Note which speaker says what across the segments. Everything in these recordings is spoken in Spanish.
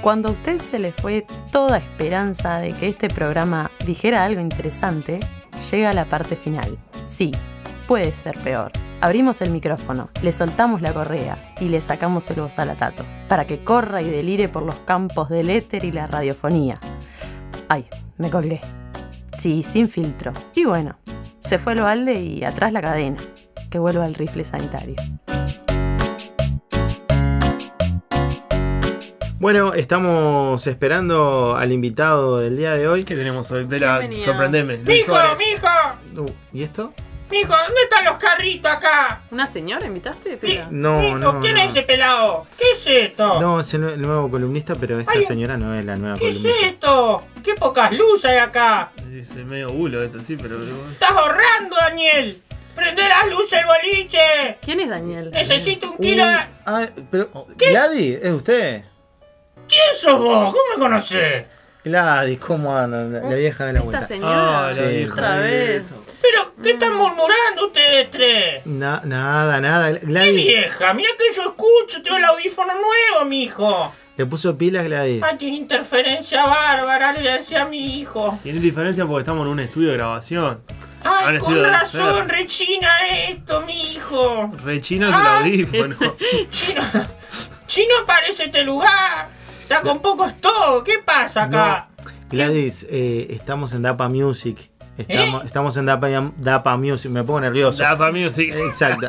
Speaker 1: Cuando a usted se le fue toda esperanza de que este programa dijera algo interesante, llega la parte final. Sí, puede ser peor. Abrimos el micrófono, le soltamos la correa y le sacamos el bozalatato, para que corra y delire por los campos del éter y la radiofonía. Ay, me colgué. Sí, sin filtro. Y bueno, se fue el balde y atrás la cadena, que vuelva al rifle sanitario.
Speaker 2: Bueno, estamos esperando al invitado del día de hoy.
Speaker 3: ¿Qué tenemos hoy? Vela,
Speaker 4: Bienvenido.
Speaker 3: sorprendeme. Luis
Speaker 5: ¡Mijo,
Speaker 3: Suárez.
Speaker 5: mijo!
Speaker 2: Uh, ¿Y esto?
Speaker 5: ¡Mijo, ¿dónde están los carritos acá?
Speaker 4: ¿Una señora invitaste?
Speaker 5: Mi-
Speaker 4: Pero...
Speaker 2: No,
Speaker 5: mijo,
Speaker 2: no,
Speaker 5: ¿quién
Speaker 2: no.
Speaker 5: es ese pelado? ¿Qué es esto?
Speaker 2: No, es el, nue- el nuevo columnista, pero esta
Speaker 5: Ay,
Speaker 2: señora no es la nueva
Speaker 5: ¿Qué es
Speaker 2: columnista.
Speaker 5: esto? ¡Qué pocas luces hay acá!
Speaker 3: Es medio bulo esto, sí, pero.
Speaker 5: ¡Estás ahorrando, Daniel! ¡Prende las luces el boliche!
Speaker 4: ¿Quién es Daniel?
Speaker 5: Necesito un
Speaker 2: Uh,
Speaker 5: kilo de...
Speaker 2: ah, pero, ¿Gladys? ¿Es usted?
Speaker 5: ¿Quién sos vos? ¿Cómo me conocés?
Speaker 2: Gladys, ¿cómo anda? La, la vieja de la
Speaker 4: Oh, Esta
Speaker 2: vuelta.
Speaker 4: señora.
Speaker 3: Ah,
Speaker 2: Sí.
Speaker 3: la vieja
Speaker 4: Otra vez.
Speaker 3: de-
Speaker 5: ¿Pero qué están murmurando ustedes tres?
Speaker 2: Na- nada, nada.
Speaker 5: ¡Qué
Speaker 2: Gladys.
Speaker 5: vieja! Mirá que yo escucho, tengo el audífono nuevo, mijo.
Speaker 2: Le puso pilas Gladys.
Speaker 5: Ah, tiene interferencia bárbara, le decía a mi hijo.
Speaker 3: Tiene diferencia porque estamos en un estudio de grabación.
Speaker 5: Ay,
Speaker 3: Ahora
Speaker 5: con
Speaker 3: estoy-
Speaker 5: razón, rechina esto, mi hijo.
Speaker 3: Re chino es el
Speaker 5: Ah,
Speaker 3: audífono.
Speaker 5: Chino, Chino aparece este lugar. Está con pocos todo. ¿Qué pasa acá?
Speaker 2: Gladys, eh, estamos en Dapa Music. Estamos,
Speaker 5: ¿Eh?
Speaker 2: estamos en Dapa, Dapa Music. Me pongo nervioso.
Speaker 3: Ya, para mí, sí.
Speaker 2: Exacto.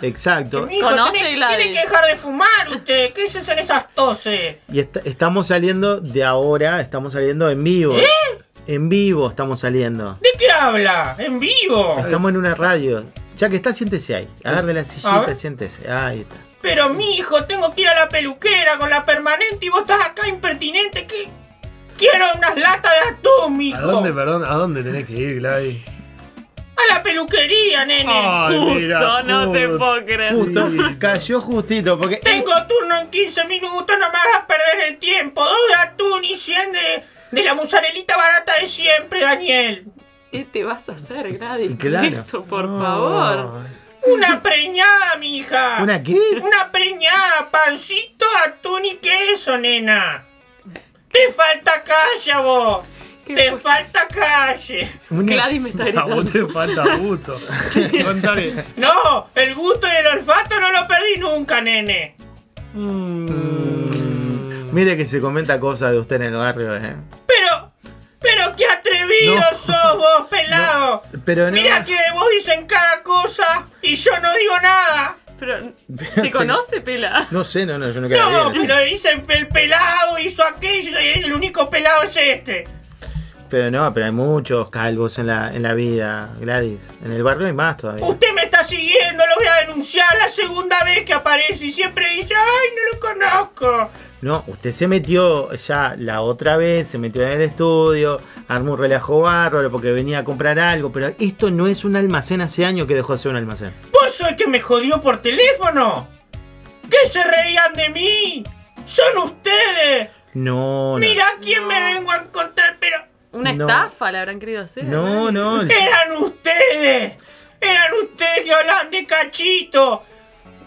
Speaker 2: Exacto.
Speaker 5: Mi hijo,
Speaker 4: ¿Conoce
Speaker 5: tiene,
Speaker 4: Gladys?
Speaker 5: tiene que dejar de fumar usted. ¿Qué se hacen esas toses?
Speaker 2: Y est- estamos saliendo de ahora, estamos saliendo en vivo.
Speaker 5: ¿Eh?
Speaker 2: En vivo estamos saliendo.
Speaker 5: ¿De qué habla? ¿En vivo?
Speaker 2: Estamos en una radio. Ya que está, siéntese ahí. Agarre la
Speaker 5: A
Speaker 2: sillita,
Speaker 5: ver.
Speaker 2: siéntese. Ahí está.
Speaker 5: Pero mi hijo, tengo que ir a la peluquera con la permanente y vos estás acá impertinente. ¿Qué? Quiero unas latas de atún, mi
Speaker 3: ¿A
Speaker 5: hijo.
Speaker 3: dónde, perdón? ¿A dónde tenés que ir, Gladys?
Speaker 5: A la peluquería, nene.
Speaker 3: Ay, mira,
Speaker 4: Justo, no te
Speaker 3: justo.
Speaker 4: puedo creer.
Speaker 2: Justo,
Speaker 3: Lindo.
Speaker 2: cayó justito. Porque
Speaker 5: Tengo turno en 15 minutos, no me hagas perder el tiempo. Dos de atún y 100 de, de la musarelita barata de siempre, Daniel.
Speaker 4: ¿Qué te vas a hacer, Gladys?
Speaker 2: Claro.
Speaker 4: Eso, por favor.
Speaker 3: Ay,
Speaker 5: Una preñada, mija.
Speaker 2: ¿Una qué?
Speaker 5: Una preñada, pancito, atún y queso, nena. Te falta calle, a vos.
Speaker 4: Qué
Speaker 5: Te
Speaker 4: bu-
Speaker 5: falta calle.
Speaker 2: Una-
Speaker 4: Gladys me está
Speaker 3: A vos
Speaker 4: gritando.
Speaker 3: te falta gusto. Contame.
Speaker 5: No, el gusto y el olfato no lo perdí nunca, nene.
Speaker 2: Mm, Mire que se comenta cosas de usted en el barrio, eh.
Speaker 5: Pero, pero qué atrevido
Speaker 2: No.
Speaker 5: sos vos, pelado.
Speaker 2: Pero no.
Speaker 5: Mira que vos dicen cada cosa y yo no digo nada.
Speaker 4: Pero,
Speaker 2: Pero se-
Speaker 4: ¿Te conoce, Pela?
Speaker 2: No sé, no, no, yo no quiero
Speaker 5: No,
Speaker 2: decir.
Speaker 5: pero dicen el pelado hizo aquello y el único pelado es este.
Speaker 2: Pero no, pero hay muchos calvos en la, en la vida, Gladys. En el barrio hay más todavía.
Speaker 5: Usted me está siguiendo, lo voy a denunciar la segunda vez que aparece y siempre dice, ay, no lo conozco.
Speaker 2: No, usted se metió ya la otra vez, se metió en el estudio, armó un relajo bárbaro porque venía a comprar algo, pero esto no es un almacén hace años que dejó de ser un almacén.
Speaker 5: ¿Vos sos el que me jodió por teléfono? ¿Qué se reían de mí? Son ustedes.
Speaker 2: No, no.
Speaker 5: Mira quién me vengo a encontrar, pero
Speaker 4: Una
Speaker 2: No.
Speaker 4: estafa la habrán querido hacer.
Speaker 2: No,
Speaker 4: Gladys.
Speaker 2: no.
Speaker 5: eran ustedes. Eran ustedes que hablaban de cachito.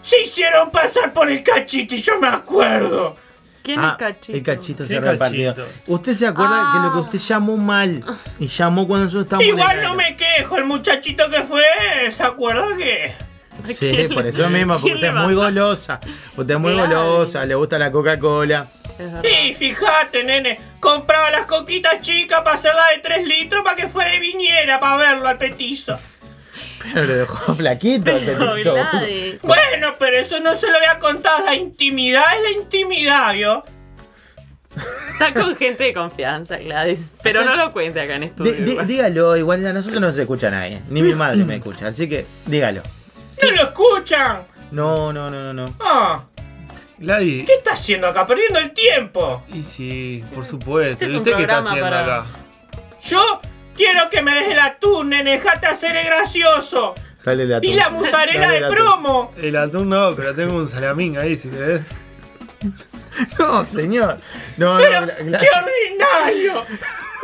Speaker 5: Se hicieron pasar por el cachito y yo me acuerdo.
Speaker 4: ¿Quién
Speaker 2: Ah,
Speaker 4: es Cachito?
Speaker 2: El cachito se
Speaker 3: ¿Qué
Speaker 2: repartió.
Speaker 3: cachito?
Speaker 2: Usted se acuerda
Speaker 4: Ah.
Speaker 2: que lo que usted llamó mal y llamó cuando nosotros estábamos. en el
Speaker 5: Igual no
Speaker 2: aire.
Speaker 5: me quejo, el muchachito que fue, ¿se acuerda que?
Speaker 2: Sí,
Speaker 4: ¿Quién
Speaker 2: por
Speaker 4: le-
Speaker 2: eso mismo, porque
Speaker 4: quién
Speaker 2: usted es
Speaker 4: le
Speaker 2: muy
Speaker 4: pasa?
Speaker 2: golosa. Usted es muy
Speaker 4: Claro.
Speaker 2: golosa, le gusta la Coca-Cola.
Speaker 4: Es verdad.
Speaker 5: Sí, fíjate, nene. Compraba las coquitas chicas para hacerla de 3 litros para que fuera y viniera para verlo al petizo.
Speaker 2: Pero lo dejó flaquito. el
Speaker 4: Pero,
Speaker 2: petiso.
Speaker 4: Gladys.
Speaker 5: Bueno, pero eso no se lo voy a contar. La intimidad es la intimidad, ¿yo?
Speaker 4: Está con gente de confianza, Gladys. Pero no lo cuente acá en estudio.
Speaker 2: Di- di-
Speaker 4: igual.
Speaker 2: dígalo, igual a nosotros no se escucha nadie. Ni mi madre me escucha, así que dígalo.
Speaker 5: ¿No lo escuchan?
Speaker 2: No, no, no, no, no.
Speaker 5: Ah,
Speaker 3: Gladys.
Speaker 5: ¿Qué está haciendo acá? Perdiendo el tiempo.
Speaker 3: Y sí, por supuesto.
Speaker 4: Este es
Speaker 3: ¿Y
Speaker 4: un
Speaker 3: usted qué está
Speaker 4: programa
Speaker 3: haciendo
Speaker 4: para-
Speaker 3: acá?
Speaker 5: Yo quiero que me des el atún, nene. Dejate hacer el gracioso.
Speaker 2: Dale la
Speaker 5: Y la musarela de promo.
Speaker 3: El atún no, pero tengo un salamín ahí, si querés.
Speaker 2: No, señor. No,
Speaker 5: Pero,
Speaker 2: no, Gla-
Speaker 5: ¡Qué ordinario!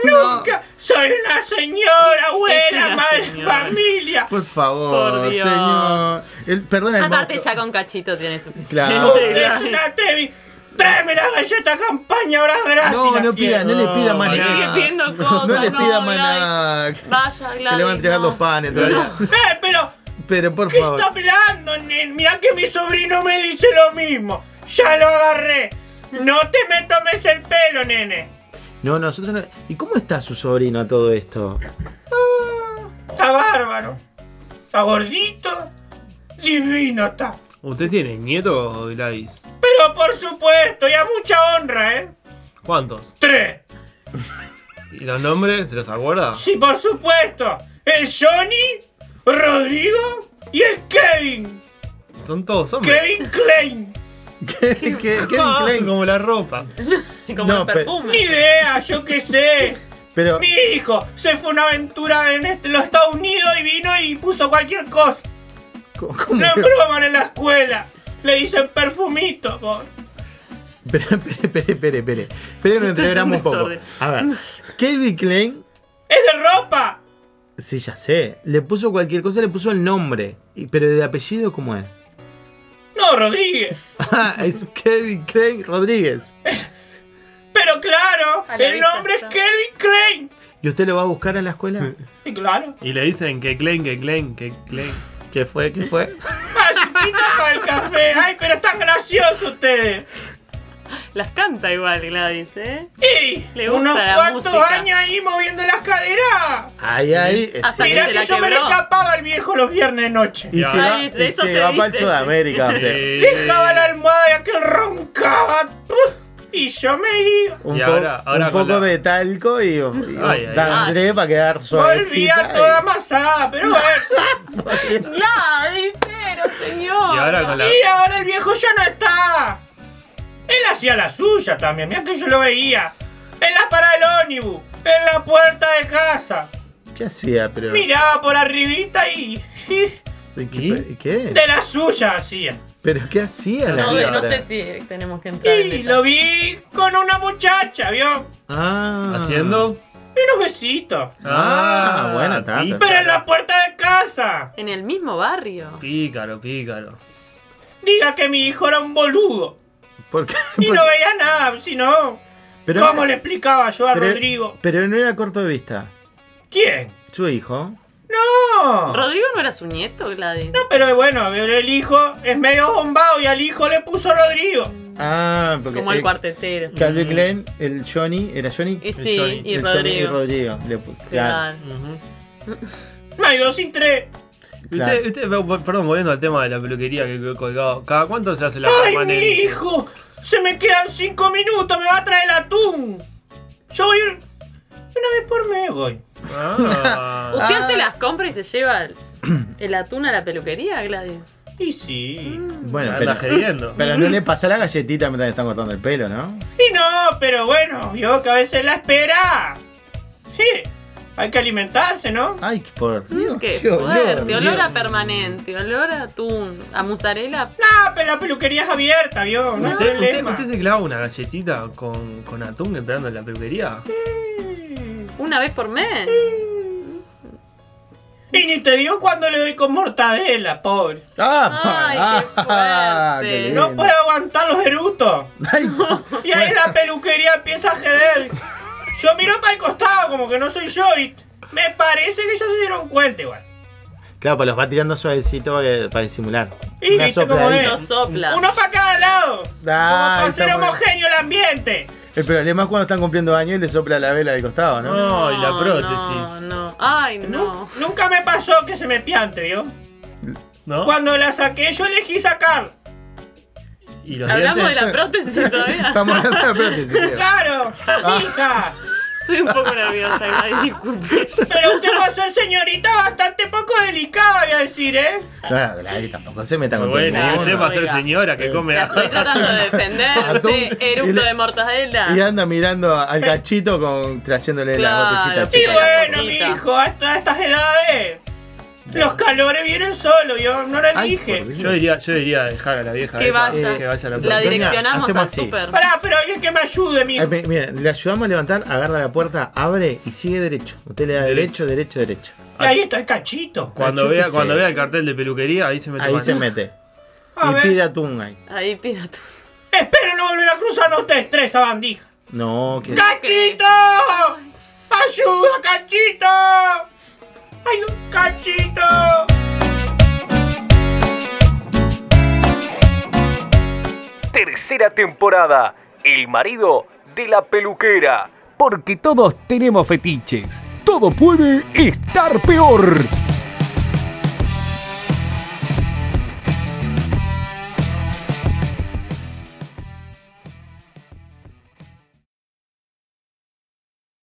Speaker 2: No.
Speaker 5: Nunca. Soy una señora buena,
Speaker 4: una
Speaker 5: madre de
Speaker 4: señora.
Speaker 5: familia.
Speaker 2: Por favor,
Speaker 4: Por Dios.
Speaker 2: señor. El, perdona el
Speaker 4: Aparte,
Speaker 2: monstruo.
Speaker 4: ya con Cachito tiene suficiente.
Speaker 2: Claro.
Speaker 5: Usted es
Speaker 4: Gladys.
Speaker 5: un atrevi- Dame la galleta campaña ahora gratis.
Speaker 2: No,
Speaker 5: la
Speaker 2: no pida,
Speaker 5: quiero.
Speaker 2: no le pida más
Speaker 3: No,
Speaker 4: Le sigue
Speaker 2: nada.
Speaker 4: pidiendo cosas.
Speaker 2: No le pida más
Speaker 4: Gladys.
Speaker 2: nada.
Speaker 4: Vaya,
Speaker 2: Que
Speaker 4: Gladys.
Speaker 2: le va a entregar
Speaker 4: no.
Speaker 2: los panes todavía.
Speaker 5: Eh, pero,
Speaker 2: Pero por
Speaker 5: ¿qué
Speaker 2: favor.
Speaker 5: está hablando, nen? Mirá que mi sobrino me dice lo mismo. Ya lo agarré. No te me tomes el pelo, nene.
Speaker 2: No, nosotros no. ¿Y cómo está su sobrino a todo esto?
Speaker 5: Está bárbaro. Está gordito. Divino está.
Speaker 3: ¿Usted tiene nietos, Gladys?
Speaker 5: Pero por supuesto, y a mucha honra, ¿eh?
Speaker 3: ¿Cuántos?
Speaker 5: Tres.
Speaker 3: ¿Y los nombres? ¿Se los acuerda?
Speaker 5: Sí, por supuesto. El Johnny, Rodrigo y el Kevin.
Speaker 3: Son todos hombres.
Speaker 5: Kevin Klein.
Speaker 2: ¿Qué, qué, Kevin
Speaker 3: Ah,
Speaker 2: Klein?
Speaker 3: Como la ropa.
Speaker 4: Como
Speaker 2: No, pero-
Speaker 4: el
Speaker 5: Ni
Speaker 4: perfume.
Speaker 5: idea, yo qué sé.
Speaker 2: Pero,
Speaker 5: Mi hijo se fue a una aventura en este- los Estados Unidos y vino y puso cualquier cosa.
Speaker 2: ¿cómo?
Speaker 5: Lo embroman en la escuela. Le dicen perfumito, por.
Speaker 2: Espera, espere, espere, espere, espere. Espere, nos
Speaker 4: Esto es un
Speaker 2: entreveramos un poco.
Speaker 4: desorden.
Speaker 2: A ver, Kevin Klein,
Speaker 5: ¡Es de ropa!
Speaker 2: sí, ya sé, le puso cualquier cosa, le puso el nombre. Y- Pero de apellido, ¿cómo es?
Speaker 5: No, Rodríguez.
Speaker 2: Ah, es Kevin Klein Rodríguez.
Speaker 5: Pero claro,
Speaker 4: A la
Speaker 5: el
Speaker 4: vista
Speaker 5: nombre es
Speaker 4: está.
Speaker 5: Kevin Klein.
Speaker 2: ¿Y usted lo va a buscar a la escuela?
Speaker 5: Sí, claro.
Speaker 3: Y le dicen que Klein, que Klein, que Klein.
Speaker 2: ¿Qué fue? ¿Qué fue?
Speaker 5: Más chiquito para el café. Ay, pero están graciosos ustedes.
Speaker 4: Las canta igual, Gladys, ¿eh?
Speaker 5: Y
Speaker 4: Le gusta
Speaker 5: unos
Speaker 4: la
Speaker 5: cuantos
Speaker 4: música.
Speaker 5: años ahí moviendo las caderas.
Speaker 2: Ahí, ahí. eh,
Speaker 4: Hasta
Speaker 2: sí.
Speaker 5: Mirá
Speaker 4: se
Speaker 5: que
Speaker 4: la
Speaker 5: yo me le
Speaker 4: quebró.
Speaker 5: escapaba al viejo los viernes de noche.
Speaker 2: Y se va,
Speaker 4: Ahí,
Speaker 2: y
Speaker 4: eso
Speaker 2: se
Speaker 4: se
Speaker 2: va
Speaker 4: dice.
Speaker 2: para el Sudamérica. usted.
Speaker 3: Eh,
Speaker 5: Dejaba la almohada y aquel roncaba. ¡puf! Y yo me iba.
Speaker 2: Un,
Speaker 3: Y
Speaker 2: po-
Speaker 3: ahora- ahora
Speaker 2: un
Speaker 3: con
Speaker 2: poco
Speaker 3: la-
Speaker 2: de talco y, y
Speaker 3: Ay, ay,
Speaker 2: dandré para quedar
Speaker 5: Volvía
Speaker 2: suavecita. eh.
Speaker 5: toda amasada, pero bueno.
Speaker 4: Gladys, pero señor.
Speaker 3: Y ahora con la.
Speaker 5: Y ahora el viejo ya no está. Él hacía la suya también, mira que yo lo veía. En la parada del ómnibus, en la puerta de casa.
Speaker 2: y- ¿Qué hacía? Pero,
Speaker 5: Miraba por arribita y.
Speaker 2: ¿Y ¿Qué?
Speaker 3: ¿Y?
Speaker 2: qué?
Speaker 5: De la suya hacía.
Speaker 2: ¿Pero qué hacía la
Speaker 4: No, no
Speaker 2: señora?
Speaker 4: sé si tenemos que entrar. en
Speaker 5: Y
Speaker 4: detalles.
Speaker 5: lo vi con una muchacha, ¿vio?
Speaker 2: Ah.
Speaker 3: ¿Haciendo?
Speaker 5: Y unos besitos.
Speaker 2: Ah, buena tata.
Speaker 3: pícaro,
Speaker 5: Pero en la puerta de casa.
Speaker 4: En el mismo barrio.
Speaker 3: Pícaro, pícaro.
Speaker 5: Diga que mi hijo era un boludo.
Speaker 2: ¿Por qué?
Speaker 5: Y
Speaker 2: Por-
Speaker 5: no veía nada, si no.
Speaker 2: Pero-
Speaker 5: ¿Cómo le explicaba yo a
Speaker 2: pero-
Speaker 5: Rodrigo?
Speaker 2: Pero no era corto de vista.
Speaker 5: ¿Quién?
Speaker 2: Su hijo.
Speaker 5: ¡No!
Speaker 4: ¿Rodrigo no era su nieto, Gladys?
Speaker 5: No, pero bueno, el hijo es medio bombado y al hijo le puso Rodrigo.
Speaker 2: Ah, porque.
Speaker 4: Como el
Speaker 2: eh,
Speaker 4: cuartetero.
Speaker 2: Calvin Klein, el Johnny, ¿era Johnny?
Speaker 4: Y
Speaker 2: El
Speaker 4: sí,
Speaker 2: Johnny,
Speaker 4: y
Speaker 2: el Johnny
Speaker 4: Rodrigo.
Speaker 2: Rodrigo, le puse. Claro,
Speaker 4: Claro.
Speaker 5: No hay dos sin tres.
Speaker 2: claro.
Speaker 3: Usted, usted, perdón, volviendo al tema de la peluquería que quedó colgado. ¿Cada cuánto se hace la
Speaker 5: ¡Ay, mi
Speaker 3: permanente?
Speaker 5: hijo! Se me quedan cinco minutos, me va a traer el atún. Yo voy un- una vez por mes, voy.
Speaker 3: Ah,
Speaker 4: ¿Usted hace las compras y se lleva el, el atún a la peluquería, Gladys?
Speaker 5: Y sí.
Speaker 3: Mm.
Speaker 2: Bueno,
Speaker 3: anda
Speaker 2: pero,
Speaker 3: jodiendo.
Speaker 2: pero no le pasa la galletita mientras le están cortando el pelo, ¿no?
Speaker 5: Y no, pero bueno, yo que a veces la espera. Sí, hay que alimentarse, ¿no?
Speaker 3: Ah.
Speaker 2: Ay, por Dios.
Speaker 4: Mm, Qué
Speaker 2: olor,
Speaker 4: fuerte. Olor
Speaker 2: Dios.
Speaker 4: a permanente, olor a atún, a mozzarella.
Speaker 5: No, Ah, pero la peluquería es abierta, ¿vio? No hay
Speaker 3: ¿Usted, usted,
Speaker 5: problema.
Speaker 3: usted se clava una galletita con, con atún esperando en la peluquería?
Speaker 4: Una vez por mes.
Speaker 5: Y ni te digo cuando le doy con mortadela, pobre.
Speaker 2: Ah,
Speaker 4: Ay, qué
Speaker 2: ah,
Speaker 4: fuerte.
Speaker 2: qué
Speaker 5: No
Speaker 3: Eh,
Speaker 2: lindo.
Speaker 5: puedo aguantar los erutos.
Speaker 2: Ay, po-
Speaker 5: Y ahí la peluquería empieza a ceder. Yo miro para el costado, como que no soy yo, y me parece que ya se dieron cuenta igual.
Speaker 2: Claro, pues los va tirando suavecito eh, para disimular.
Speaker 5: Y
Speaker 2: Una
Speaker 5: viste cómo
Speaker 2: sopladita.
Speaker 5: es.
Speaker 4: Dos soplas.
Speaker 5: Uno para cada lado.
Speaker 2: Ah,
Speaker 5: como para
Speaker 2: está
Speaker 5: ser
Speaker 2: muy bien.
Speaker 5: homogéneo el ambiente.
Speaker 2: El problema es cuando están cumpliendo años y le sopla la vela del costado, ¿no?
Speaker 3: No, y la prótesis.
Speaker 4: No, no. Ay,
Speaker 5: Nu-
Speaker 4: no.
Speaker 5: Nunca me pasó que se me piante, ¿vio?
Speaker 3: ¿No?
Speaker 5: Cuando la saqué, yo elegí sacar.
Speaker 3: ¿Y los
Speaker 4: Hablamos de
Speaker 3: dientes?
Speaker 4: la prótesis todavía.
Speaker 2: Estamos hablando de la prótesis. tío.
Speaker 5: ¡Claro!
Speaker 2: Ah.
Speaker 5: ¡Hija!
Speaker 4: Estoy un poco nerviosa, Gladys, disculpe.
Speaker 5: Pero usted va a ser señorita bastante poco delicada, voy a decir, ¿eh?
Speaker 2: Claro, Gladys tampoco se meta
Speaker 3: Muy
Speaker 2: con
Speaker 3: este
Speaker 2: todo
Speaker 3: Bueno,
Speaker 2: el
Speaker 3: y
Speaker 2: mundo.
Speaker 3: usted va a ser
Speaker 4: Oiga.
Speaker 3: señora que come
Speaker 4: La estoy tratando de defender.
Speaker 2: Atún
Speaker 4: Usted,
Speaker 2: y
Speaker 4: eructo
Speaker 2: le-
Speaker 4: de mortadela.
Speaker 2: Y anda mirando al gachito con, trayéndole
Speaker 4: Claro,
Speaker 2: la botellita
Speaker 5: Y
Speaker 4: Chica, la
Speaker 5: bueno, mi
Speaker 4: bonita.
Speaker 5: hijo, hasta estas edades. Los calores vienen solos, yo no lo
Speaker 2: Ay,
Speaker 5: elige.
Speaker 2: por Dios.
Speaker 3: Yo diría, yo diría dejar a la vieja
Speaker 4: Que
Speaker 3: esta,
Speaker 4: vaya.
Speaker 3: que vaya a la
Speaker 4: La
Speaker 2: Doña,
Speaker 3: próxima.
Speaker 4: direccionamos
Speaker 2: hacemos
Speaker 4: al
Speaker 2: así.
Speaker 4: súper.
Speaker 5: Pará, pero alguien que me ayude, mi
Speaker 2: Ay,
Speaker 5: hijo.
Speaker 2: mi- mira, le ayudamos a levantar, agarra la puerta, abre y sigue derecho. Usted le da derecho, derecho, derecho.
Speaker 5: Y ahí está el cachito.
Speaker 3: Cuando
Speaker 2: Cachete
Speaker 3: vea,
Speaker 2: se-
Speaker 3: cuando vea el cartel de peluquería, ahí se mete
Speaker 2: Ahí
Speaker 3: mano.
Speaker 2: se mete.
Speaker 5: A
Speaker 2: y
Speaker 5: ver.
Speaker 2: pide atún ahí.
Speaker 4: Ahí pida atún.
Speaker 5: Espero no volver a cruzar, no te estresa, bandija.
Speaker 2: No, que.
Speaker 5: ¡Cachito! ¡Ayuda, cachito! ¡Ay, un cachito!
Speaker 6: Tercera temporada, El marido de la peluquera. Porque todos tenemos fetiches. Todo puede estar peor.